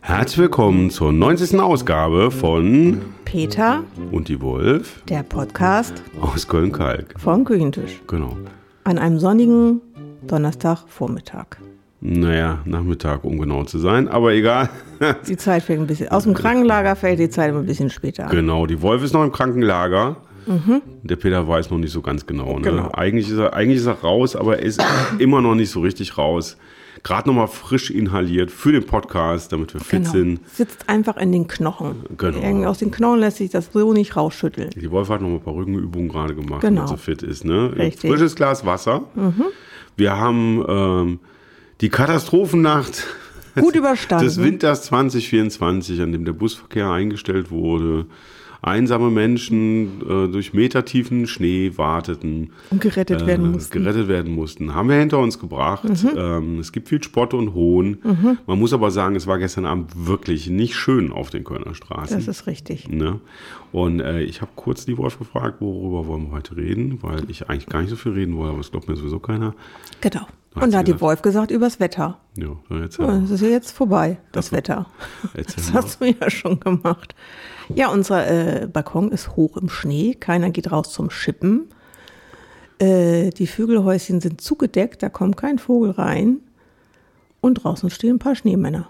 Herzlich willkommen zur 90. Ausgabe von Peter, Und die Wolf der Podcast aus Köln-Kalk. vom Küchentisch. Genau. An einem sonnigen Donnerstagvormittag. Naja, Nachmittag, um genau zu sein, aber egal. Die Zeit fängt ein bisschen, aus dem Krankenlager fällt die Zeit immer ein bisschen später an. Genau, die Wolf ist noch im Krankenlager. Der Peter weiß noch nicht so ganz genau. Ne? Genau. Eigentlich, ist er, eigentlich ist er raus, aber er ist immer noch nicht so richtig raus. Gerade nochmal frisch inhaliert für den Podcast, damit wir Genau. fit sind. Sitzt einfach in den Knochen. Genau. Irgendwie aus den Knochen lässt sich das so nicht rausschütteln. Die Wolf hat noch mal ein paar Rückenübungen gerade gemacht, Genau. damit sie fit ist. Ne? Ein Richtig. Mhm. Frisches Glas Wasser. Wir haben ähm, die Katastrophennacht Gut überstanden. des Winters 2024, an dem der Busverkehr eingestellt wurde. Einsame Menschen äh, durch metertiefen Schnee warteten, und gerettet werden Mhm. äh, muss. gerettet werden mussten. Haben wir hinter uns gebracht. Ähm, es gibt viel Spott und Hohn. Mhm. Man muss aber sagen, es war gestern Abend wirklich nicht schön auf den Kölner Straßen. Das ist richtig. Ne? Und äh, ich habe kurz die Wolf gefragt, worüber wollen wir heute reden, weil ich eigentlich gar nicht so viel reden wollte, aber es glaubt mir sowieso keiner. Genau. Hat sie Und da hat die gesagt. Wolf gesagt, übers Wetter. Ja, dann erzähl Ja, mal. das ist ja jetzt vorbei, das Wetter. Erzähl Das mal. hast du ja schon gemacht. Ja, unser äh, Balkon ist hoch im Schnee. Keiner geht raus zum Schippen. Äh, die Vögelhäuschen sind zugedeckt, da kommt kein Vogel rein. Und draußen stehen ein paar Schneemänner.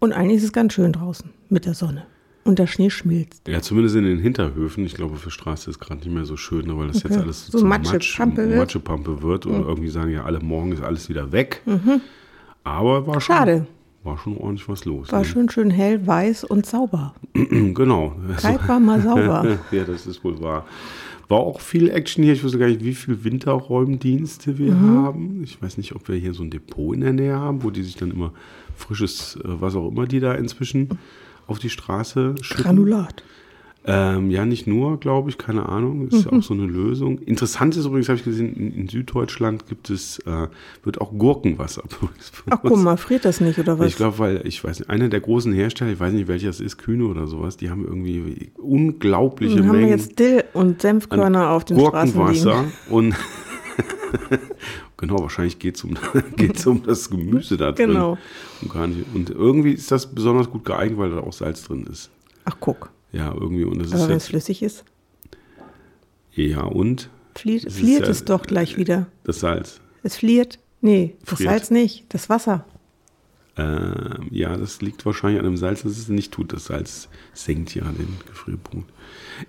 Und eigentlich ist es ganz schön draußen mit der Sonne. Und der Schnee schmilzt. Ja, zumindest in den Hinterhöfen. Ich glaube, für Straße ist gerade nicht mehr so schön, ne, weil das jetzt Okay. alles So zu Matsche- Matsch- Pampe wird. Matschepampe wird und irgendwie sagen ja alle, morgen ist alles wieder weg. Aber war schon, Mhm. Schade. war schon ordentlich was los. War ne? schön, schön hell, weiß und sauber. Genau. Kalt war mal sauber. ja, das ist wohl wahr. War auch viel Action hier. Ich wusste gar nicht, wie viele Winterräumdienste wir Mhm. haben. Ich weiß nicht, ob wir hier so ein Depot in der Nähe haben, wo die sich dann immer frisches, äh, was auch immer die da inzwischen auf die Straße schütten. Granulat. Ähm, ja, nicht nur, glaube ich, keine Ahnung. Ist Mhm. ja auch so eine Lösung. Interessant ist übrigens, habe ich gesehen, in, in Süddeutschland gibt es, äh, wird auch Gurkenwasser. Ach guck mal, friert das nicht oder was? Ich glaube, weil, ich weiß nicht, einer der großen Hersteller, ich weiß nicht, welcher es ist, Kühne oder sowas, die haben irgendwie unglaubliche Dann haben Mengen wir jetzt Dill und Senfkörner auf den Straßen liegen. Gurkenwasser und genau, wahrscheinlich geht es um, geht's um das Gemüse da drin. Genau. Und, gar nicht, und irgendwie ist das besonders gut geeignet, weil da auch Salz drin ist. Ach guck, Ja, irgendwie. Und das aber wenn es ist jetzt, flüssig ist, ja, und flieht, Das ist fliert ja- äh, es doch gleich wieder. das Salz. Es fliert. Nee, das Friert. Salz nicht, das Wasser. Ähm, ja, das liegt wahrscheinlich an dem Salz, das es nicht tut. Das Salz senkt ja den Gefrierpunkt.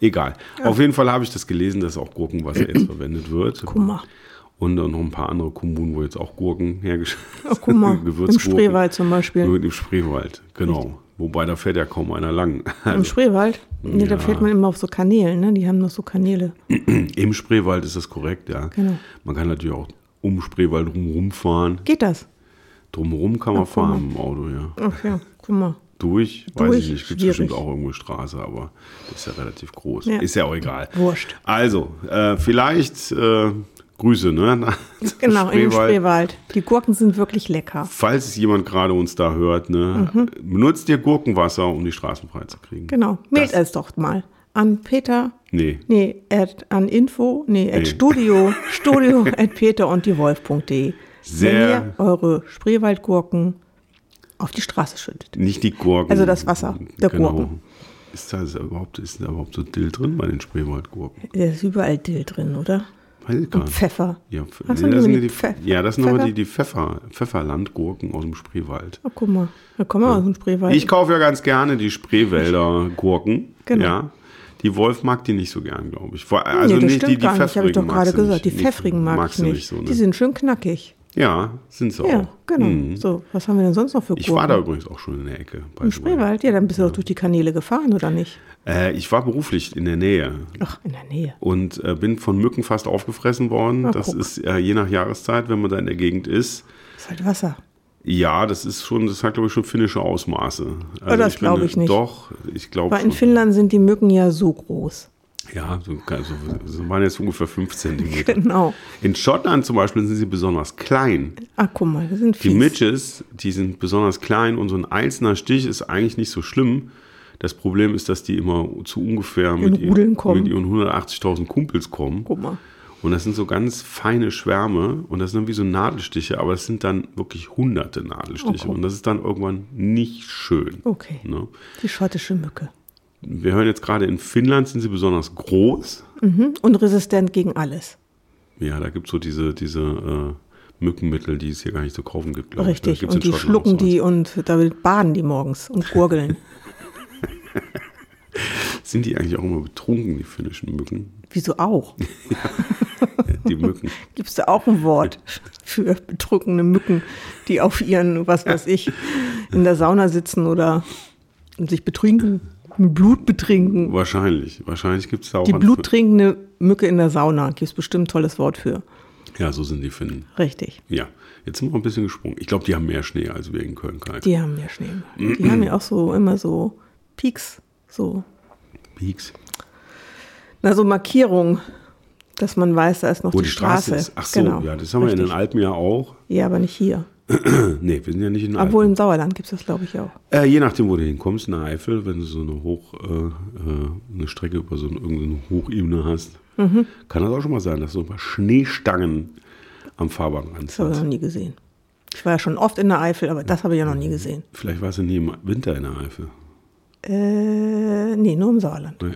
Egal. Auf jeden Fall habe ich das gelesen, dass auch Gurkenwasser jetzt verwendet wird. Guck mal. Und dann noch ein paar andere Kommunen, wo jetzt auch Gurken hergestellt Ach, Oh, guck mal, im Gewürzgurken. Spreewald zum Beispiel. Nur im Spreewald, genau. Wobei da fährt ja kaum einer lang. Im Spreewald, nee, Also, da Ja. fällt man immer auf so Kanälen, ne? Die haben noch so Kanäle. Im Spreewald ist das korrekt, ja. Genau. Man kann natürlich auch um Spreewald rumrum fahren. Geht das? Drumherum kann man Ach, guck mal. fahren im Auto, ja. Ach ja, guck mal. Durch, weiß Durch, ich nicht, gibt es schwierig. bestimmt auch irgendwo eine Straße, aber das ist ja relativ groß. Ja. Ist ja auch egal. Wurscht. Also, äh, vielleicht äh, Grüße, ne? Genau, in den Spreewald. Die Gurken sind wirklich lecker. Falls es jemand gerade uns da hört, ne, benutzt ihr Gurkenwasser, um die Straßen freizukriegen. Mhm. Genau. Mailt Das- es doch mal an Peter. Nee. Nee, at, an info, nee, at Nee. studio, studio at peter und die Wolf.de. Sehr- Wenn ihr eure Spreewaldgurken auf die Straße schüttet. Nicht die Gurken. Genau. Also das Wasser der Gurken. Ist da, ist da überhaupt, ist da überhaupt so Dill drin bei den Spreewaldgurken? Da ist überall Dill drin, oder? Weiß ich gar Und nicht. Pfeffer. Ja, Pf- Hast nee, du nicht das sind ja mit die, Pfeff- Pfeffer? ja, das sind aber Pfeffer? die, die Pfeffer, Pfefferlandgurken aus dem Spreewald. Oh, guck mal, da kommen wir aus dem Spreewald. Ich kaufe ja ganz gerne die Spreewälder Gurken. Genau. Ja. Die Wolf mag die nicht so gern, glaube ich. Vor- Also das nicht die, die nicht, habe ich doch pfeffrigen gerade magst du nicht. gesagt. Die pfeffrigen mag ich magst du nicht. so, ne? Die sind schön knackig. Ja, sind sie Ja, auch. genau. Mhm. So, was haben wir denn sonst noch für Gurken? Ich war da übrigens auch schon in der Ecke. by Im the way. Spreewald? Ja, dann bist du doch durch die Kanäle gefahren, oder nicht? Äh, ich war beruflich in der Nähe. Ach, in der Nähe. und äh, bin von Mücken fast aufgefressen worden. Na, das guck. ist äh, je nach Jahreszeit, wenn man da in der Gegend ist. Ist halt Wasser. Ja, das ist schon, das hat glaube ich schon finnische Ausmaße. Also Oh, das bin- glaub ich nicht. Doch, ich glaube Weil in schon. Finnland sind die Mücken ja so groß. Ja, so, also, so waren jetzt ungefähr fünf Zentimeter. Genau. In Schottland zum Beispiel sind sie besonders klein. Ach, guck mal, das sind Die fies. Midges, die sind besonders klein und so ein einzelner Stich ist eigentlich nicht so schlimm. Das Problem ist, dass die immer zu ungefähr In mit, Rudeln ihren, kommen. mit ihren 180.000 Kumpels kommen. Guck mal. Und das sind so ganz feine Schwärme und das sind dann wie so Nadelstiche, aber es sind dann wirklich hunderte Nadelstiche. Oh, oh. Und das ist dann irgendwann nicht schön. Okay. Ne? Die schottische Mücke. Wir hören jetzt gerade, in Finnland sind sie besonders groß. Mhm. Und resistent gegen alles. Ja, da gibt es so diese, diese äh, Mückenmittel, die es hier gar nicht zu kaufen gibt, glaube ich. ne? Richtig. Gibt's in Und die Schottland auch schlucken so eins. die und damit baden die morgens und gurgeln. Sind die eigentlich auch immer betrunken, die finnischen Mücken? Wieso auch? Die Mücken. Gibst du auch ein Wort für bedrückende Mücken, die auf ihren, was weiß ich, in der Sauna sitzen oder sich betrinken, mit Blut betrinken. wahrscheinlich. Wahrscheinlich gibt es da auch Die ein- bluttrinkende Mücke in der Sauna. Gibt es bestimmt ein tolles Wort für. Ja, so sind die Finnen. Richtig. Ja, jetzt sind wir ein bisschen gesprungen. Ich glaube, die haben mehr Schnee als wir in Köln. Kalk. Die haben ja Schnee. Die haben ja auch so immer so Peaks, so, Peaks. na, so Markierungen, dass man weiß, da ist noch Wo die Straße. Genau. ist. Ach so, ja, das haben wir in den Richtig. Alpen ja auch. Ja, aber nicht hier. Nee, wir sind ja nicht in den Obwohl Alpen. im Sauerland gibt es das, glaube ich, auch. Äh, je nachdem, wo du hinkommst, in der Eifel, wenn du so eine Hoch, äh, äh, eine Strecke über so eine, irgendeine Hochebene hast, Mhm. kann das auch schon mal sein, dass du mal Schneestangen am Fahrbahnrand Das habe ich hast. noch nie gesehen. Ich war ja schon oft in der Eifel, aber das habe ich ja noch nie Mhm. gesehen. Vielleicht warst du nie im Winter in der Eifel. ne? Äh, nee, nur im Sauerland. Naja.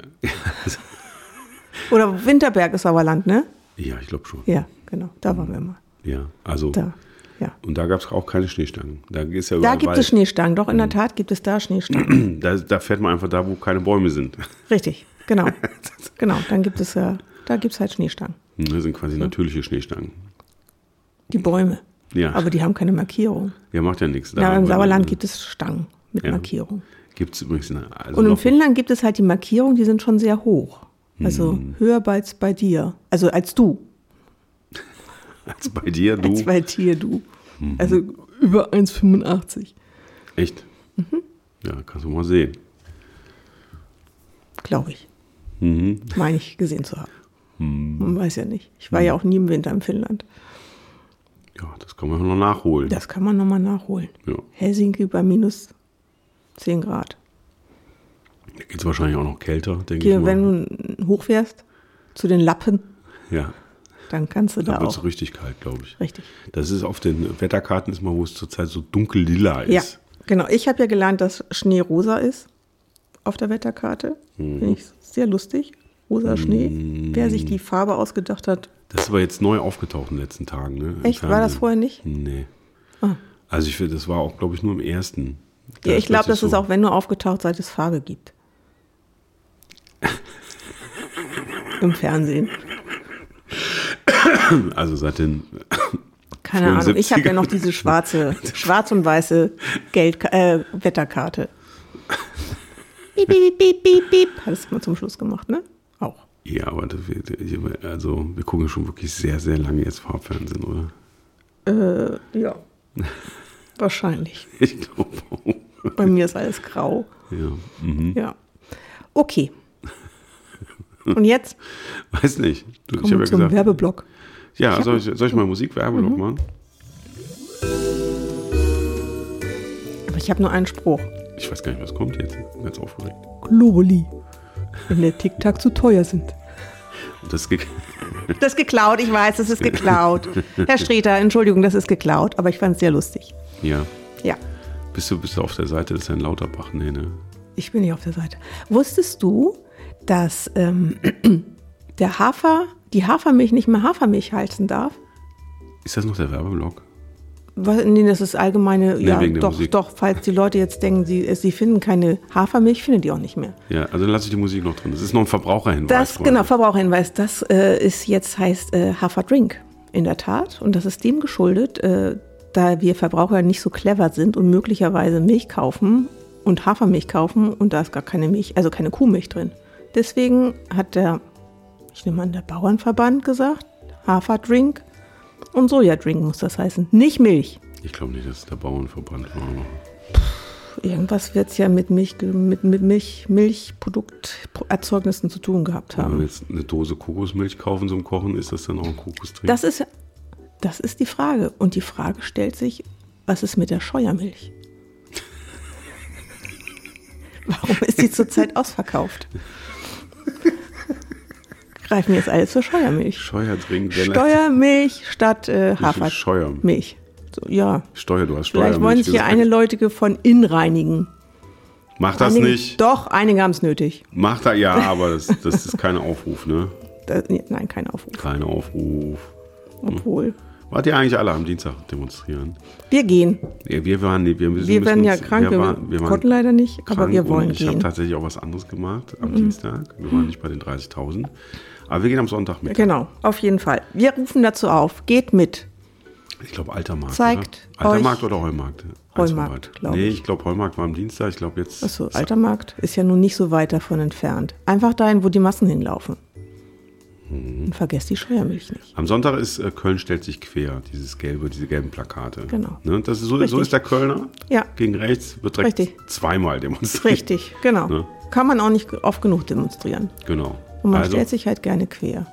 Oder Winterberg ist Sauerland, ne? Ja, ich glaube schon. Ja. Ja, genau. Da waren wir mal. also. Da. Ja. Und da gab es auch keine Schneestangen. Da ist ja Da überall gibt Wald. es Schneestangen. Doch, in Mhm. der Tat gibt es da Schneestangen. Da, da fährt man einfach da, wo keine Bäume sind. Richtig, genau. Genau, dann gibt es ja, da gibt es halt Schneestangen. Das Ne, sind quasi natürliche Schneestangen. Die Bäume. Ja. Aber die haben keine Markierung. Ja, macht ja nichts. Ja, im Sauerland gibt es Stangen mit Ja. Markierung. es übrigens eine, also Und in noch- Finnland gibt es halt die Markierung, die sind schon sehr hoch. Also Mhm. höher als bei dir. Also als du. als bei dir, du. Als bei dir, du. Also über 1,85. Echt? Mhm. Ja, kannst du mal sehen. glaube ich. Mhm. Meine ich gesehen zu haben. Hm. Man weiß ja nicht. Ich war ja auch nie im Winter in Finnland. Ja, das kann man noch nachholen. Das kann man nochmal nachholen. Ja, Helsinki bei minus 10 Grad. da geht es wahrscheinlich auch noch kälter, denke ich Hier, mal. wenn du hochfährst zu den Lappen, ja, dann kannst du da, da wird auch. es richtig kalt, glaube ich. Richtig. Das ist auf den Wetterkarten ist mal, wo es zurzeit so dunkel lila Ja, ist. genau. Ich habe ja gelernt, dass Schnee rosa ist auf der Wetterkarte. Hm. Finde ich sehr lustig. Rosa Schnee. Wer sich Hm. die Farbe ausgedacht hat, Das ist aber jetzt neu aufgetaucht in den letzten Tagen. Ne? Im echt, war das Fernsehen. vorher nicht? Ah. Nee. Also ich finde, das war auch, glaube ich, nur im ersten. Ja, ich glaube, dass ist es so- auch, wenn du aufgetaucht seid, es Farbe gibt. Im Fernsehen. Also seit den, Keine Frühen Ahnung. Ich habe ja 70er. noch diese schwarze, schwarz und weiße Geld äh, Wetterkarte. Piep, piep, piep, piep, piep. Hattest du mal zum Schluss gemacht, ne? Auch. ja, aber das, wir- also wir gucken schon wirklich sehr, sehr lange jetzt Farbfernsehen, oder? Äh, ja. Wahrscheinlich. Ich glaube auch. Bei mir ist alles grau. Ja. Mhm. Ja. Okay. Und jetzt Weiß nicht. Du, ich kommen habe ja wir zum Mhm. gesagt. Werbeblock. ja, soll ich, soll ich mal Musikwerbung noch machen? Aber ich habe nur einen Spruch. Ich weiß gar nicht, was kommt jetzt. Ich bin Ganz aufgeregt. Globuli. Wenn der Tic-Tac zu teuer sind. Und das geht. Das ist geklaut, ich weiß, das ist geklaut. Herr Streter, Entschuldigung, das ist geklaut, aber ich fand es sehr lustig. Ja. Ja, Bist du, bist du auf der Seite des Herrn Lauterbach? Nee, ne? ich bin nicht auf der Seite. Wusstest du, dass ähm, der Hafer, die Hafermilch nicht mehr Hafermilch heißen darf? Ist das noch der Werbeblock? Was, nee, das ist allgemeine, ja, wegen der doch, Musik. doch, falls die Leute jetzt denken, sie, sie finden keine Hafermilch, finden die auch nicht mehr. Ja, also dann lasse ich die Musik noch drin. Das ist noch ein Verbraucherhinweis. Das, Freunde. genau, Verbraucherhinweis, das äh, ist jetzt heißt äh, Haferdrink in der Tat. Und das ist dem geschuldet, äh, da wir Verbraucher nicht so clever sind und möglicherweise Milch kaufen und Hafermilch kaufen und da ist gar keine Milch, also keine Kuhmilch drin. Deswegen hat der, ich nehme an, der Bauernverband gesagt, Haferdrink und Sojadrink muss das heißen, nicht Milch. Ich glaube nicht, dass es der Bauernverband war. aber- Irgendwas wird es ja mit, Milch, mit, mit Milch, Milchprodukterzeugnissen zu tun gehabt haben. Wenn wir jetzt eine Dose Kokosmilch kaufen zum Kochen, ist das dann auch ein Kokosdrink? Das ist, das ist die Frage. Und die Frage stellt sich, was ist mit der Scheuermilch? Warum ist die zurzeit ausverkauft? Greifen jetzt alle zur Scheuermilch. Scheuerdrink. Steuermilch statt äh, Hafer. Scheuer. Milch. So, ja. Steuer, du hast Steuer. Vielleicht wollen sich hier eine Leute von innen reinigen. Mach das einige, nicht. Doch, einige haben es nötig. Mach da, ja, aber das, das ist kein Aufruf, ne? Da, nee, nein, kein Aufruf. Kein Aufruf. Hm. Obwohl. Wart ihr eigentlich alle am Dienstag demonstrieren? Wir gehen. Ja, wir waren, nee, wir, müssen- Wir werden ja müssen- krank. Wir, waren- wir waren konnten leider nicht, aber krank wir wollen und Ich habe gehen. tatsächlich auch was anderes gemacht am Dienstag. Wir waren nicht bei den 30.000. Aber wir gehen am Sonntag mit. Genau, auf jeden Fall. Wir rufen dazu auf. Geht mit. Ich glaube, Altermarkt. Zeigt oder? Altermarkt euch- oder Heumarkt? Eins von Heumarkt, beiden. glaub Nee, ich. ich glaube, Heumarkt war am Dienstag. Ich glaube, jetzt. Achso, Alter Markt ist ja nun nicht so weit davon entfernt. Einfach dahin, wo die Massen hinlaufen. Mhm. Und vergesst die Scheuermilch nicht. Am Sonntag ist äh, Köln stellt sich quer, dieses gelbe, diese gelben Plakate. Genau. Ne? Das ist so, so Richtig. ist der Kölner. Ja. Gegen rechts wird direkt Richtig. zweimal demonstriert. Richtig, genau. Ne? Kann man auch nicht oft genug demonstrieren. Genau. Und man also, stellt sich halt gerne quer.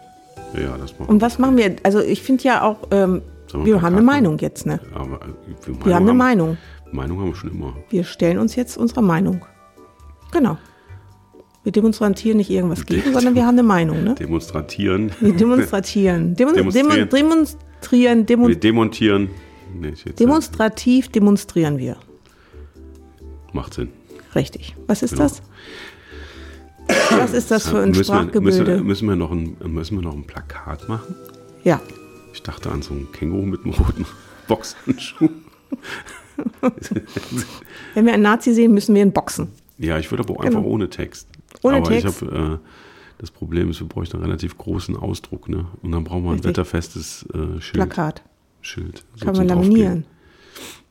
ja, das machen Und was machen wir? Also ich finde ja auch, ähm, Sollen wir wir haben eine Plakate? Meinung jetzt, ne? wir. Aber, äh, wir Wir haben eine Meinung. Meinung haben wir schon immer. Wir stellen uns jetzt unserer Meinung. Genau. Wir demonstrieren nicht irgendwas gegen, sondern wir haben eine Meinung, ne? Demonstratieren. Wir demonstrieren. Demon Demonstrieren. demonstrieren. demonstrieren demon Wir demontieren. Nee, ich jetzt, äh, demonstrativ demonstrieren wir. macht Sinn. Richtig. Was ist Genau. Äh, das? Was ist das für ein müssen, wir, müssen, Sprachgebilde? müssen, wir noch ein, müssen wir noch ein Plakat machen? Ja. Ich dachte an so einen Känguru mit einem roten Boxhandschuh. Wenn wir einen Nazi sehen, müssen wir ihn boxen. Ja, ich würde aber auch einfach ohne Text. Ähm, Ohne aber Text. ich habe äh, das Problem ist, wir bräuchten einen relativ großen Ausdruck, ne? Und dann brauchen wir ein Richtig. wetterfestes äh, Schild. Plakat. Schild. so Kann zum man Draufkleben. laminieren.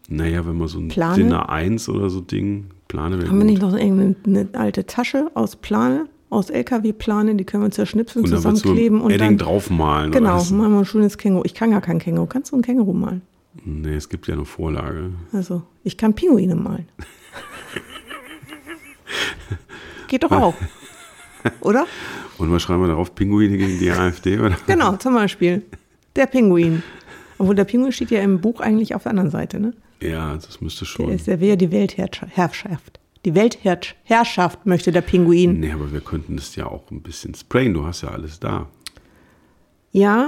Naja, wenn man so ein Plane? DIN A1 oder so Ding, Plane wäre Haben wir gut. nicht noch irgendeine alte Tasche aus Plane, aus LKW-Plane, die können wir zerschnipseln, Und dann würdest du zusammenkleben und Edding dann. draufmalen. Genau, Oder was? machen wir ein schönes Känguru. Ich kann gar kein Känguru. Kannst du ein Känguru malen? Nee, es gibt ja eine Vorlage. Also, ich kann Pinguine malen. Geht doch auch. Oder? Und was schreiben wir darauf? Pinguine gegen die AfD? Oder? Genau, zum Beispiel. Der Pinguin. Obwohl der Pinguin steht ja im Buch eigentlich auf der anderen Seite, ne? Ja, das müsste Der, schon. ist, der will ja die Weltherrschaft. Die Weltherrschaft möchte der Pinguin. Nee, aber wir könnten das ja auch ein bisschen sprayen. Du hast ja alles da. Ja,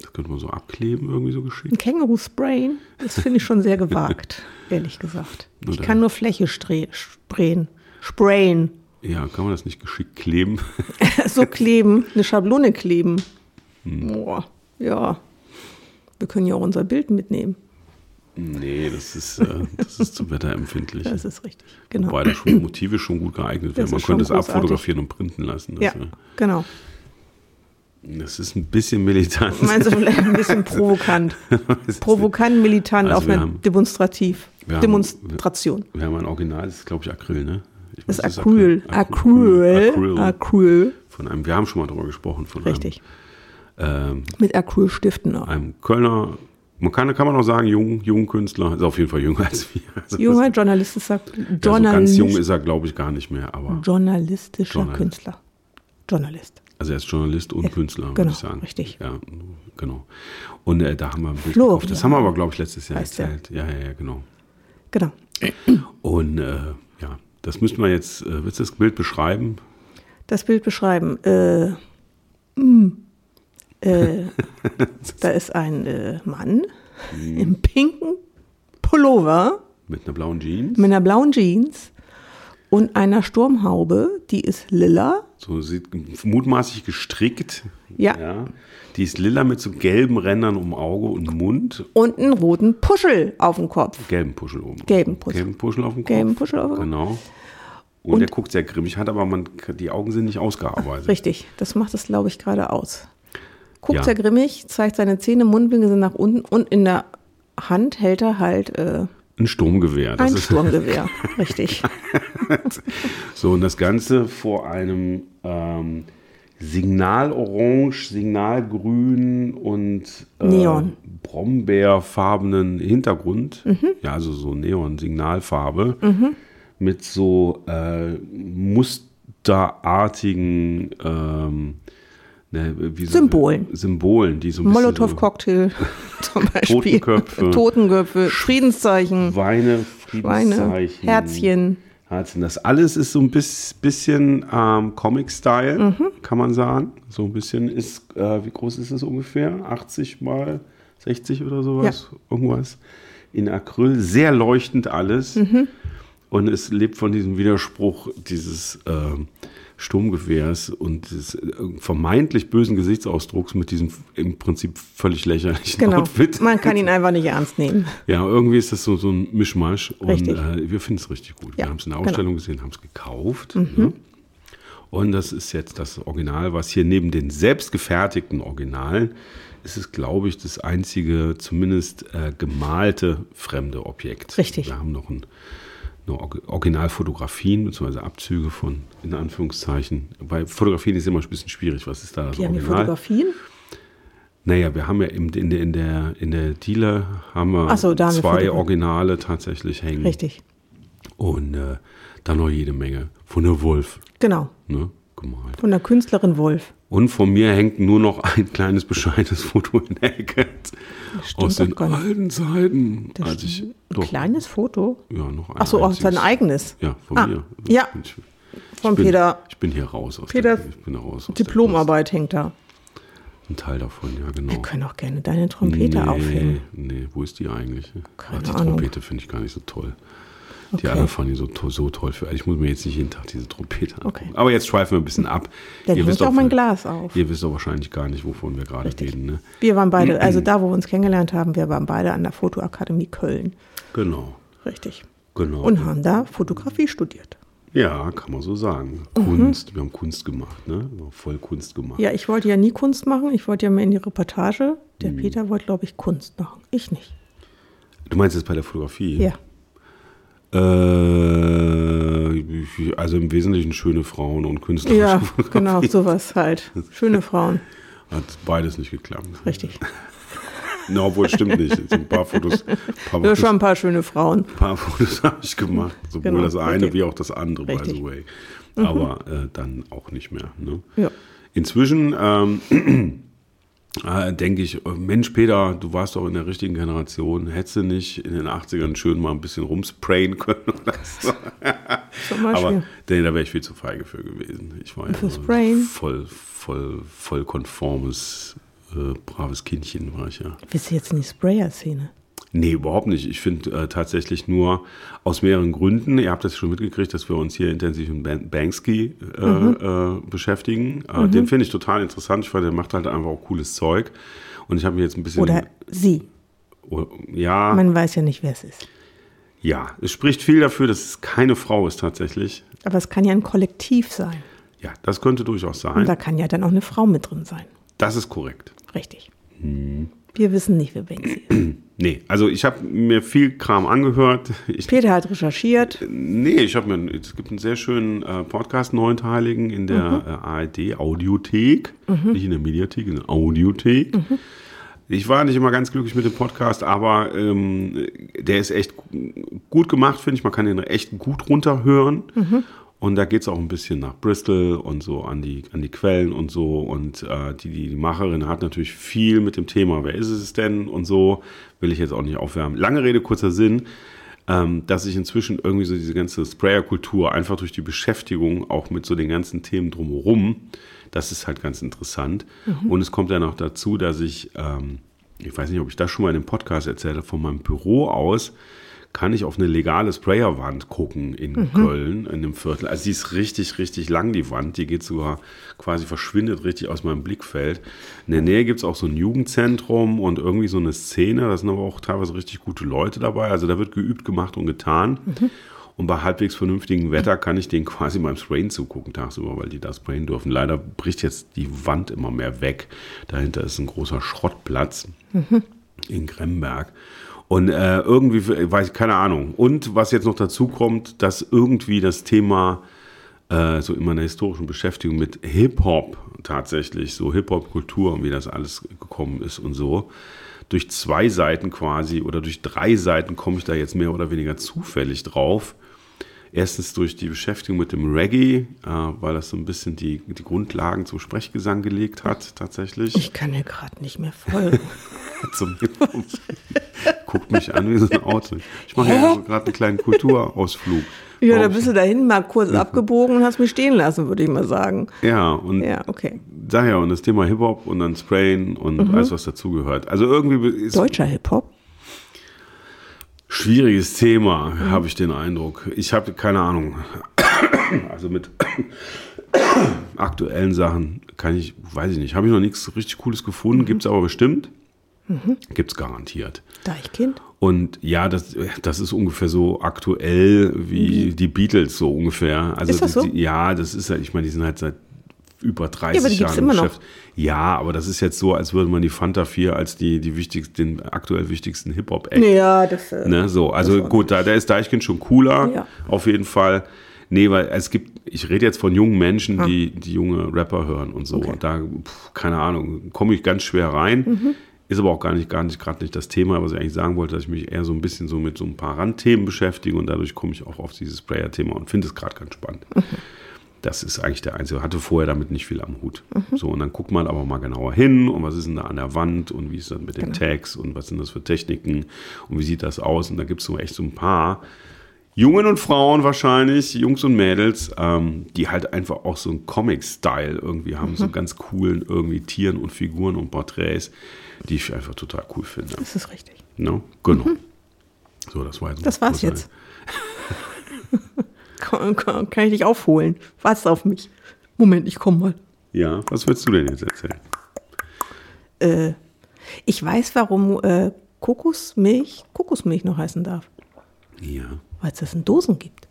Das könnte man so abkleben, irgendwie so geschickt. Ein Känguru sprayen, das finde ich schon sehr gewagt, ehrlich gesagt. Ich Oder- kann nur Fläche stre- sprayen. Sprayen. Ja, kann man das nicht geschickt kleben? so kleben, eine Schablone kleben. Boah, ja. Wir können ja auch unser Bild mitnehmen. Nee, das ist, äh, das ist zu wetterempfindlich. Das ist richtig. Genau. Wobei da schon Motive schon gut geeignet Das wären. ist Man schon könnte es großartig. abfotografieren und printen lassen. Das, ne? ja, wär- genau. das ist ein bisschen militant. Meinst du vielleicht ein bisschen provokant? Provokant, militant Also auf wir einer haben- Demonstrativ. wir haben- Demonstration. Wir haben ein Original, das ist glaube ich Acryl, ne? Ich Das weiß, ist Acryl. Acryl. Acryl. Acryl. Acryl. Von einem, wir haben schon mal drüber gesprochen, von Richtig. einem, ähm, Mit Acrylstiften auch. einem Kölner, man kann, kann man auch sagen, jung, jungen Künstler, ist auf jeden Fall jünger als wir. Also das- Junger Journalist ist sagt, also ganz Journalist, jung ist er, glaube ich, gar nicht mehr, aber journalistischer Journalist. Künstler. Journalist. Also er ist Journalist und Künstler, genau, würde ich sagen. richtig. Ja, genau. Und äh, da haben wir ein Bild Florian. gekauft. Das haben wir aber, glaube ich, letztes Jahr Heißt er. erzählt. Ja, ja, ja, genau. Genau. Und äh, ja, das müssten wir jetzt, äh, willst du das Bild beschreiben? Das Bild beschreiben. Äh, mm, äh, da ist ein äh, Mann Mhm. im pinken Pullover Mit einer blauen Jeans. mit einer blauen Jeans und einer Sturmhaube, die ist lila. So sieht mutmaßlich gestrickt. Ja. Die ist lila mit so gelben Rändern um Auge und Mund. Und einen roten Puschel auf dem Kopf. Gelben Puschel oben. Gelben Puschel. Gelben Puschel auf dem Kopf. Gelben Puschel auf dem Kopf. Genau. Und, der guckt sehr grimmig, hat aber man, die Augen sind nicht ausgearbeitet. Richtig, das macht es, glaube ich, gerade aus. Guckt Ja. sehr grimmig, zeigt seine Zähne, Mundwinkel sind nach unten und in der Hand hält er halt äh, Ein Sturmgewehr. Das ein ist- Sturmgewehr. Richtig. So, und das Ganze vor einem ähm, Signalorange, Signalgrün und äh, Neon. Mhm. Brombeerfarbenen Hintergrund. Ja, also so Neon-Signalfarbe mit so äh, musterartigen ähm, ne, wie so- Symbolen. Symbolen, die so ein bisschen Molotow-Cocktail zum Beispiel. Totenköpfe. Totenköpfe, Friedenszeichen, so Weine, Schweine, Friedenszeichen, Herzchen, Harzen. Mhm. Das alles ist so ein bis, bisschen ähm, Comic-Style, Mhm. kann man sagen. So ein bisschen ist, äh, wie groß ist es ungefähr? 80 mal 60 oder sowas? Irgendwas. In Acryl, sehr leuchtend alles. Mhm. Und es lebt von diesem Widerspruch dieses ähm, Sturmgewehrs und des äh, vermeintlich bösen Gesichtsausdrucks mit diesem im Prinzip völlig lächerlichen Genau. Outfit. Man kann ihn einfach nicht ernst nehmen. Ja, irgendwie ist das so, so ein Mischmasch und Richtig. äh, wir finden es richtig gut. Ja, wir haben es in der genau. Mhm. Ausstellung gesehen, haben es gekauft. Ne? Und das ist jetzt das Original, was hier neben den selbstgefertigten Originalen ist es, glaube ich, das einzige zumindest äh, gemalte fremde Objekt. Richtig. Wir haben noch ein, eine Or- Originalfotografien bzw. Abzüge von, in Anführungszeichen, bei Fotografien ist immer ein bisschen schwierig, was ist da das Die haben hier Original? Hm. Fotografien. Naja, wir haben ja im, in, der- in, der, in der Dealer haben wir Ach so, da haben wir zwei Fotogra- Originale tatsächlich hängen. Richtig. Und äh, dann noch jede Menge von der Wolf, Genau. ne, gemalt. Von der Künstlerin Wolf. Und von mir hängt nur noch ein kleines bescheidenes Foto in der Ecke stimmt aus den doch gar nicht. alten Zeiten. Das als ich, ein doch, kleines Foto. ja, noch ein Ach so, auch sein einziges. eigenes. Ja, von Ah, mir. ja. Ich, Von ich bin, Peter. Ich bin hier raus. Aus Peters der, ich bin raus. Aus Der, Diplomarbeit hängt da. Kunst. ein Teil davon, ja, genau. Wir können auch gerne deine Trompete aufhängen. Nee, wo ist die eigentlich? Keine Ach, die Ahnung. Trompete finde ich gar nicht so toll. Die Okay. anderen fanden die so, to- so toll. Für, ich muss mir jetzt nicht jeden Tag diese Trompete angucken. Okay. Aber jetzt schweifen wir ein bisschen ab. Dann Ihr hängt wisst auch doch- mein Glas auf. Ihr wisst doch wahrscheinlich gar nicht, wovon wir gerade Richtig. reden. Ne? Wir waren beide, also da, wo wir uns kennengelernt haben, wir waren beide an der Fotoakademie Köln. Genau, Richtig. genau. Und haben da Fotografie studiert. ja, kann man so sagen. Kunst, wir haben Kunst gemacht, ne? Wir haben Voll Kunst gemacht. Mhm. Ja, ich wollte ja nie Kunst machen. Ich wollte ja mehr in die Reportage. Hm. Der Peter wollte, glaube ich, Kunst machen. Ich nicht. Du meinst jetzt bei der Fotografie? Ja. Äh, ich- also im Wesentlichen schöne Frauen und Künstler. Ja, genau, sowas halt. Schöne Frauen. Hat beides nicht geklappt. Richtig. Na, obwohl, stimmt nicht. Es sind Ein paar Fotos, ein paar Ja, Fotos, schon ein paar schöne Frauen. ein paar Fotos habe ich gemacht. Sowohl Genau, das eine okay. wie auch das andere, by Richtig. Mhm. the way. Aber äh, dann auch nicht mehr. Ne? Ja. Inzwischen ähm, äh, denke ich, äh, Mensch, Peter, du warst doch in der richtigen Generation. Hättest du nicht in den 80ern schön mal ein bisschen rumsprayen können oder so. Zum Beispiel. Aber nee, da wäre ich viel zu feige für gewesen. Ich war ja Für so ein Sprayen? voll, voll, voll konformes, äh, braves Kindchen war ich ja. Bist du jetzt in die Sprayer-Szene? Nee, überhaupt nicht. Ich finde äh, tatsächlich nur aus mehreren Gründen, ihr habt das schon mitgekriegt, dass wir uns hier intensiv mit Ban Banksy äh, Mhm. äh, beschäftigen. Äh, Den finde ich total interessant. Ich finde, der macht halt einfach auch cooles Zeug. Und ich habe mir jetzt ein bisschen. Oder sie? Oh, ja, Man weiß ja nicht, wer es ist. ja. Es spricht viel dafür, dass es keine Frau ist tatsächlich. Aber es kann ja ein Kollektiv sein. Ja, das könnte durchaus Und sein. da kann ja dann auch eine Frau mit drin sein. Das ist korrekt. Richtig. Wir wissen nicht, wer Banksy ist. Nee, also ich habe mir viel Kram angehört. Ich Peter hat recherchiert. Nee, ich habe mir, es gibt einen sehr schönen äh, Podcast, neunteiligen, in der äh, ARD Audiothek, nicht in der Mediathek, in der Audiothek. Ich war nicht immer ganz glücklich mit dem Podcast, aber ähm, der ist echt gu- gut gemacht, finde ich. Man kann den echt gut runterhören. Und da geht es auch ein bisschen nach Bristol und so an die, an die Quellen und so. Und äh, die, die, die Macherin hat natürlich viel mit dem Thema, wer ist es denn und so, will ich jetzt auch nicht aufwärmen. Lange Rede, kurzer Sinn ähm, dass ich inzwischen irgendwie so diese ganze Sprayer-Kultur einfach durch die Beschäftigung auch mit so den ganzen Themen drumherum, das ist halt ganz interessant. Und es kommt dann auch dazu, dass ich, ähm, ich weiß nicht, ob ich das schon mal in dem Podcast erzählt habe, von meinem Büro aus kann ich auf eine legale Sprayerwand gucken in Köln, in dem Viertel. Also die ist richtig, richtig lang, die Wand. Die geht sogar quasi verschwindet richtig aus meinem Blickfeld. In der Nähe gibt es auch so ein Jugendzentrum und irgendwie so eine Szene. Da sind aber auch teilweise richtig gute Leute dabei. Also da wird geübt, gemacht und getan. Und bei halbwegs vernünftigem Wetter kann ich denen quasi beim Sprayen zugucken tagsüber, weil die da sprayen dürfen. Leider bricht jetzt die Wand immer mehr weg. Dahinter ist ein großer Schrottplatz in Gremberg. Und äh, irgendwie, äh, weiß ich, keine Ahnung. Und was jetzt noch dazu kommt, dass irgendwie das Thema äh, so in meiner historischen Beschäftigung mit Hip-Hop tatsächlich, so Hip-Hop-Kultur und wie das alles gekommen ist und so, durch zwei Seiten quasi oder durch drei Seiten komme ich da jetzt mehr oder weniger zufällig drauf. Erstens durch die Beschäftigung mit dem Reggae, äh, weil das so ein bisschen die, die Grundlagen zum Sprechgesang gelegt hat, tatsächlich. Ich kann dir gerade nicht mehr folgen. zum Mikrofon. Guckt mich an wie so ein Auto. Ich mache ja Hä? also gerade einen kleinen Kulturausflug. Ja, da bist du dahin mal kurz abgebogen und hast mich stehen lassen, würde ich mal sagen. Ja, und Ja, okay. daher und das Thema Hip-Hop und dann Sprayen und Mhm. alles, was dazugehört. Also irgendwie ist Deutscher Hip-Hop. Schwieriges Thema, Mhm. habe ich den Eindruck. Ich habe keine Ahnung. Also mit aktuellen Sachen kann ich, weiß ich nicht, habe ich noch nichts richtig Cooles Mhm. gefunden, gibt's aber bestimmt. Gibt's garantiert. Deichkind. Und ja, das, das ist ungefähr so aktuell wie die Beatles, so ungefähr. Also Mhm. Ist das so? die- Die, ja, das ist halt, ich meine, die sind halt seit über 30 Ja, aber die Jahren gibt's immer noch. Ja, aber das ist jetzt so, als würde man die Fanta 4 als die, die wichtigsten, den aktuell wichtigsten Hip-Hop-Act Ja, das. Äh, Ne, so, also war- gut, da, da ist Deichkind schon cooler, Ja. auf jeden Fall. Nee, weil es gibt, ich rede jetzt von jungen Menschen, die, die junge Rapper hören und so. Ah. Okay. Und da, pf, keine Ahnung, komme ich ganz schwer rein. Mhm. Ist aber auch gar nicht, gar nicht, gerade nicht das Thema, was ich eigentlich sagen wollte, dass ich mich eher so ein bisschen so mit so ein paar Randthemen beschäftige und dadurch komme ich auch auf dieses Sprayer-Thema und finde es gerade ganz spannend. Mhm. Das ist eigentlich der einzige. Hatte vorher damit nicht viel am Hut. Mhm. So, und dann guckt man aber mal genauer hin und was ist denn da an der Wand und wie ist das mit den Genau. Tags und was sind das für Techniken und wie sieht das aus? Und da gibt es so echt so ein paar Jungen und Frauen wahrscheinlich, Jungs und Mädels, ähm, die halt einfach auch so einen Comic-Style irgendwie haben, Mhm. so ganz coolen irgendwie Tieren und Figuren und Porträts, die ich einfach total cool finde. Das ist richtig. Ne? Genau. So, das war jetzt. Mhm. Das war's jetzt. Kann, kann, kann ich dich aufholen? Wart's auf mich. Moment, ich komm mal. Ja, was willst du denn jetzt erzählen? Äh, ich weiß, warum äh, Kokosmilch Kokosmilch noch heißen darf. Ja. Weil es das in Dosen gibt.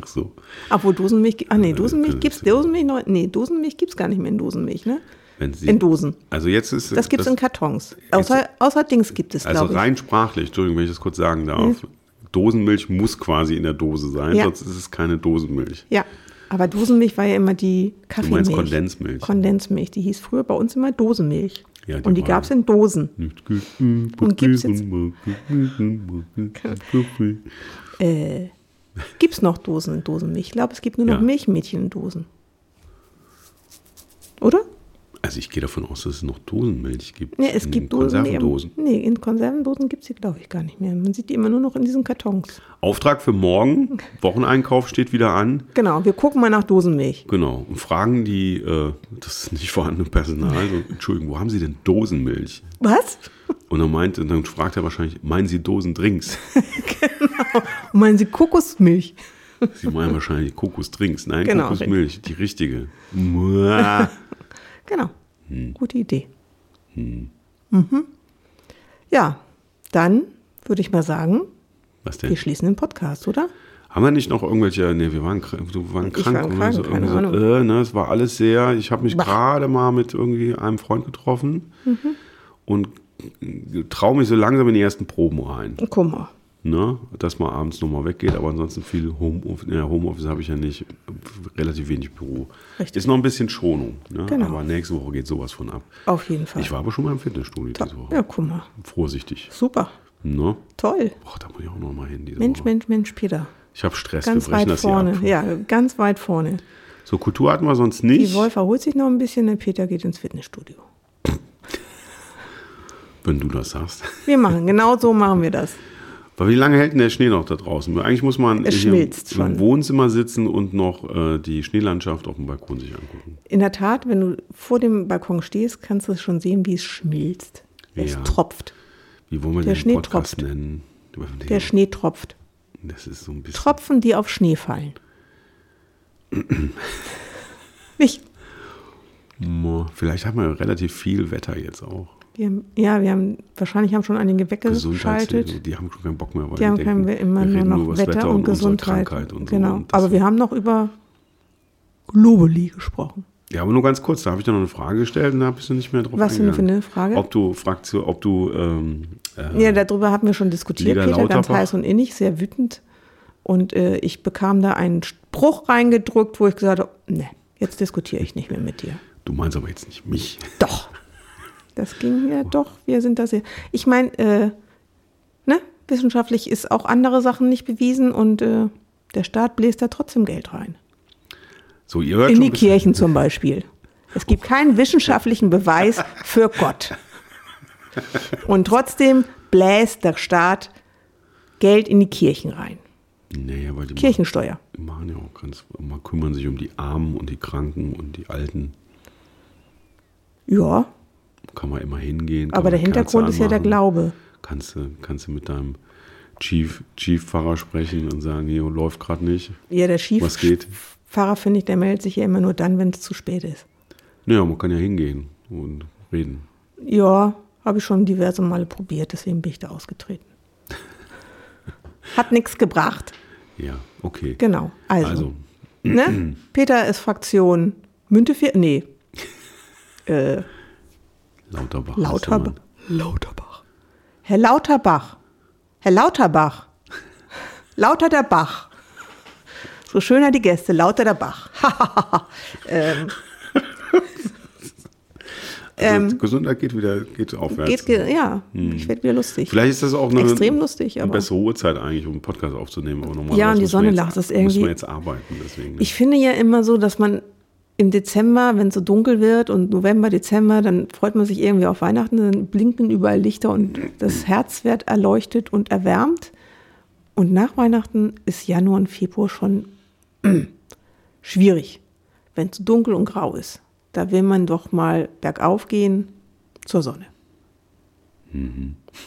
Ach so. Obwohl Dosenmilch. gi- Ah, Äh, nee, Dosenmilch das gibt's. ist ja- Dosenmilch noch. Nee, Dosenmilch gibt's gar nicht mehr in Dosenmilch, ne? Wenn sie, In Dosen. Also jetzt ist Das gibt's in Kartons. Außer, außer Dings gibt es, Also glaube ich. Mhm. rein sprachlich, Entschuldigung, wenn ich das kurz sagen darf. Dosenmilch muss quasi in der Dose sein, Ja. sonst ist es keine Dosenmilch. Ja, aber Dosenmilch war ja immer die Du Kaffeemilch. meinst Kondensmilch. Kondensmilch, die hieß früher bei uns immer Dosenmilch. Ja, die und die war- gab es in Dosen. Und Hm, gibt's jetzt- Äh, gibt es noch Dosen in Dosenmilch? Ich glaube, es gibt nur noch Ja. Milchmädchen in Dosen. Oder? Also ich gehe davon aus, dass es noch Dosenmilch gibt. Nee, es in gibt Dosen. nee, im- Konservendosen. Nee, in Konservendosen gibt es die, glaube ich, gar nicht mehr. Man sieht die immer nur noch in diesen Kartons. Auftrag für morgen, Wocheneinkauf steht wieder an. Genau, wir gucken mal nach Dosenmilch. Genau. Und fragen die, äh, das nicht vorhandene Personal, so, Entschuldigung, wo haben Sie denn Dosenmilch? Was? Und dann meint, und dann fragt er wahrscheinlich, meinen Sie Dosendrinks? Und meinen Sie Kokosmilch? Sie meinen wahrscheinlich Kokosdrinks. Nein, Genau, Kokosmilch, die richtige. Mua. Genau. Hm. Gute Idee. Mhm. Ja, dann würde ich mal sagen, Was wir denn? schließen den Podcast, oder? Haben wir nicht noch irgendwelche, nee, wir waren, krank- du waren Ich krank. war oder krank, so, keine irgendwie so, äh, ne, es war alles sehr, ich habe mich Bah. Mhm. gerade mal mit irgendwie einem Freund getroffen und traue mich so langsam in die ersten Proben rein. Guck mal. Ne? Dass man abends nochmal weggeht, aber ansonsten viel Homeoffice, ja, Homeoffice habe ich ja nicht, relativ wenig Büro. Richtig. Ist noch ein bisschen Schonung, ne? Genau. aber nächste Woche geht sowas von ab. Auf jeden Fall. Ich war aber schon mal im Fitnessstudio diese Woche. ja, guck mal. Vorsichtig. Super. Ne? Toll. Boah, da muss ich auch noch mal hin. Diese Mensch, Woche. Mensch, Mensch, Peter. Ich habe Stress, Ganz wir brechen weit das hier vorne. ab. Ja, ganz weit vorne. So, Kultur hatten wir sonst Die nicht. Wolf erholt sich noch ein bisschen, der Peter geht ins Fitnessstudio. Wenn du das sagst. Wir machen, genau so machen wir das. Aber wie lange hält denn der Schnee noch da draußen? Eigentlich muss man Es hier im, schmilzt schon. im Wohnzimmer sitzen und noch äh, die Schneelandschaft auf dem Balkon sich angucken. In der Tat, wenn du vor dem Balkon stehst, kannst du es schon sehen, wie es schmilzt. Es Ja. tropft. Wie wollen wir Der den Schnee Podcast tropft. nennen? Der Schnee tropft. das ist so ein bisschen. Tropfen, die auf Schnee fallen. Nicht? Mo- Vielleicht haben wir relativ viel Wetter jetzt auch. Wir haben, ja, wir haben, wahrscheinlich haben schon einige Gesundheitshilfe, weggeschaltet. die haben schon keinen Bock mehr, weil Die haben denken, kein, immer wir nur reden noch über das Wetter, und unsere Gesundheit. Krankheit und so. genau. Und das Aber wir haben noch über Globally gesprochen. Ja, aber nur ganz kurz, da habe ich dir noch eine Frage gestellt und da bist du nicht mehr drauf Was denn eingegangen. für eine Frage? Ob du, Fraktion, ob du ähm, äh, Ja, darüber haben wir schon diskutiert, Lieder Peter, ganz Lauterbach. heiß und innig, sehr wütend. Und äh, ich bekam da einen Spruch reingedrückt, wo ich gesagt habe, nee, jetzt diskutiere ich nicht mehr mit dir. du meinst aber jetzt nicht mich. Doch. Das ging ja doch. Wir sind da sehr. Ich meine, äh, ne? wissenschaftlich ist auch andere Sachen nicht bewiesen und äh, der Staat bläst da trotzdem Geld rein. So, ihr hört In schon die ein bisschen- Kirchen zum Beispiel. Es gibt keinen wissenschaftlichen Beweis für Gott. Und trotzdem bläst der Staat Geld in die Kirchen rein. Naja, weil die Kirchensteuer. machen, machen ja auch ganz, mal kümmern sich um die Armen und die Kranken und die Alten. Ja, Kann man immer hingehen. kann aber man der eine Kerze Hintergrund ist ja der anmachen. Glaube. Kannst du, kannst du mit deinem Chief, Chief-Pfarrer sprechen und sagen, hier läuft gerade nicht. Ja, der Was geht? Schieffahrer, finde ich, der meldet sich ja immer nur dann, wenn es zu spät ist. Naja, man kann ja hingehen und reden. Ja, habe ich schon diverse Male probiert, deswegen bin ich da ausgetreten. Hat nichts gebracht. Ja, okay. Genau. Also, Also, Ne? Peter ist Fraktion Müntefir. Nee. äh, Lauterbach. Lauterbach. Hasselmann. Lauterbach. Herr Lauterbach. Herr Lauterbach. Lauter der Bach. So schöner die Gäste, lauter der Bach. ähm, Also, Gesundheit geht wieder geht aufwärts. Ähm, geht, ge- ja, ich werde wieder lustig. Vielleicht ist das auch eine, Extrem lustig, eine aber- bessere Uhrzeit eigentlich, um einen Podcast aufzunehmen. Aber normalerweise Ja, und die müssen wir Sonne jetzt- lacht, das ist Müssen irgendwie- wir jetzt arbeiten, deswegen. ne? Ich finde ja immer so, dass man im Dezember, wenn es so dunkel wird und November, Dezember, dann freut man sich irgendwie auf Weihnachten, dann blinken überall Lichter und das Herz wird erleuchtet und erwärmt. Und nach Weihnachten ist Januar und Februar schon schwierig, wenn es dunkel und grau ist. Da will man doch mal bergauf gehen zur Sonne.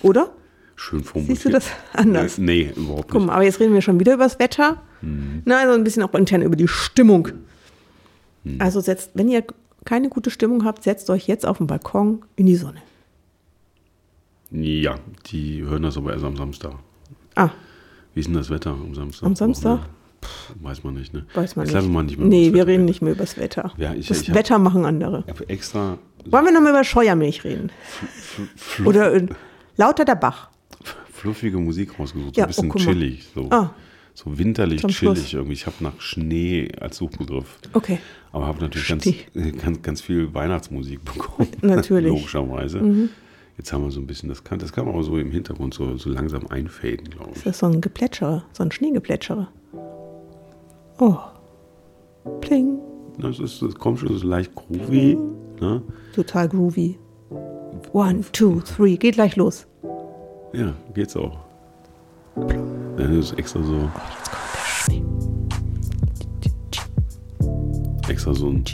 Oder? Schön formuliert. Siehst du das anders? Äh, Nee, nee, überhaupt Guck nicht. mal, aber jetzt reden wir schon wieder über das Wetter. Mhm. Na, also ein bisschen auch intern über die Stimmung. Mhm. Also setzt, wenn ihr keine gute Stimmung habt, setzt euch jetzt auf den Balkon in die Sonne. Ja, die hören das aber erst am Samstag. Ah, Wie ist denn das Wetter am Samstag? Am Samstag? Wochenende? Pff, weiß man nicht, ne? weiß man Jetzt nicht. lassen wir nicht mehr nee, über das wir Wetter reden nicht mehr über das Wetter. Ja, ich- das ich hab- Wetter machen andere. Ich habe extra Wollen wir nochmal über Scheuermilch reden? Oder äh, lauter der Bach. fluffige Musik rausgesucht, so Ja, ein bisschen oh, guck mal. chillig. So, Ah. so winterlich Zum chillig Schluss. irgendwie. Ich habe nach Schnee als Suchbegriff. Okay. Aber habe natürlich ganz, Schnee. äh, ganz, ganz viel Weihnachtsmusik bekommen. Natürlich. Mhm. Logischerweise. Jetzt haben wir so ein bisschen, das kann, das kann man aber so im Hintergrund so, so langsam einfaden, glaube ich. Das ist so ein Geplätscherer, so ein Schneegeplätscherer. Oh. Pling. Das, ist, das kommt schon so leicht groovy. Ne? Total groovy. One, two, three. Geht gleich los. Ja, geht's auch. Dann ist extra so, Jetzt kommt der Schnee. extra so ein,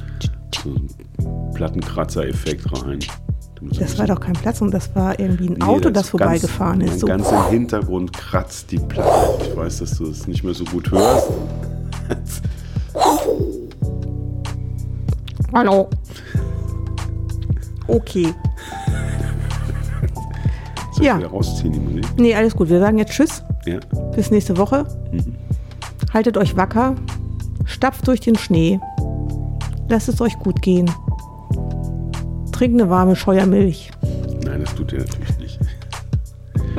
so ein Plattenkratzer-Effekt rein. Das war doch kein Platz und das war irgendwie ein Nee, Auto, ist das so vorbeigefahren ganz, ist. So, Mein ganzer Hintergrund kratzt die Platte. Ich weiß, dass du es nicht mehr so gut hörst. hallo. Okay. Soll ich Ja. wieder rausziehen, die Musik? Nee, alles gut. Wir sagen jetzt Tschüss. Ja. Bis nächste Woche. Haltet euch wacker. Stapft durch den Schnee. Lasst es euch gut gehen. Trinkt eine warme Scheuermilch. Nein, das tut ihr natürlich nicht.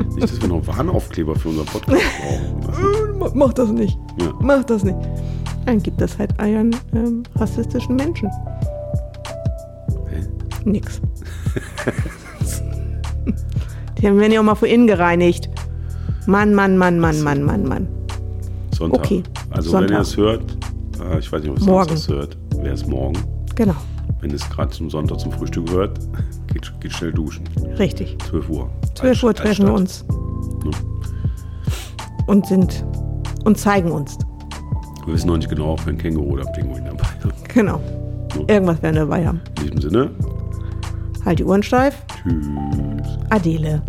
Nicht, dass wir noch Warnaufkleber für unseren Podcast brauchen. Macht das nicht. Ja. Macht das nicht. Dann gibt das halt euren ähm, rassistischen Menschen. Hä? Nix. Die haben- werden ja auch mal von innen gereinigt. Mann, Mann, Mann, Mann, Mann, Mann, Mann. Sonntag. Okay, Also, wenn Sonntag. ihr es hört, äh, ich weiß nicht, ob ihr Morgen. es hört, wäre es morgen. Genau, Wenn ihr es gerade zum Sonntag zum Frühstück hört, geht, geht schnell duschen. richtig. 12 Uhr. 12 Uhr Altstadt. treffen wir uns und sind und zeigen uns. Wir wissen noch nicht genau, ob wir ein Känguru oder ein Pinguin dabei haben. Genau. Irgendwas werden wir dabei haben. In diesem Sinne, Halt die Ohren steif. tschüss. Adele.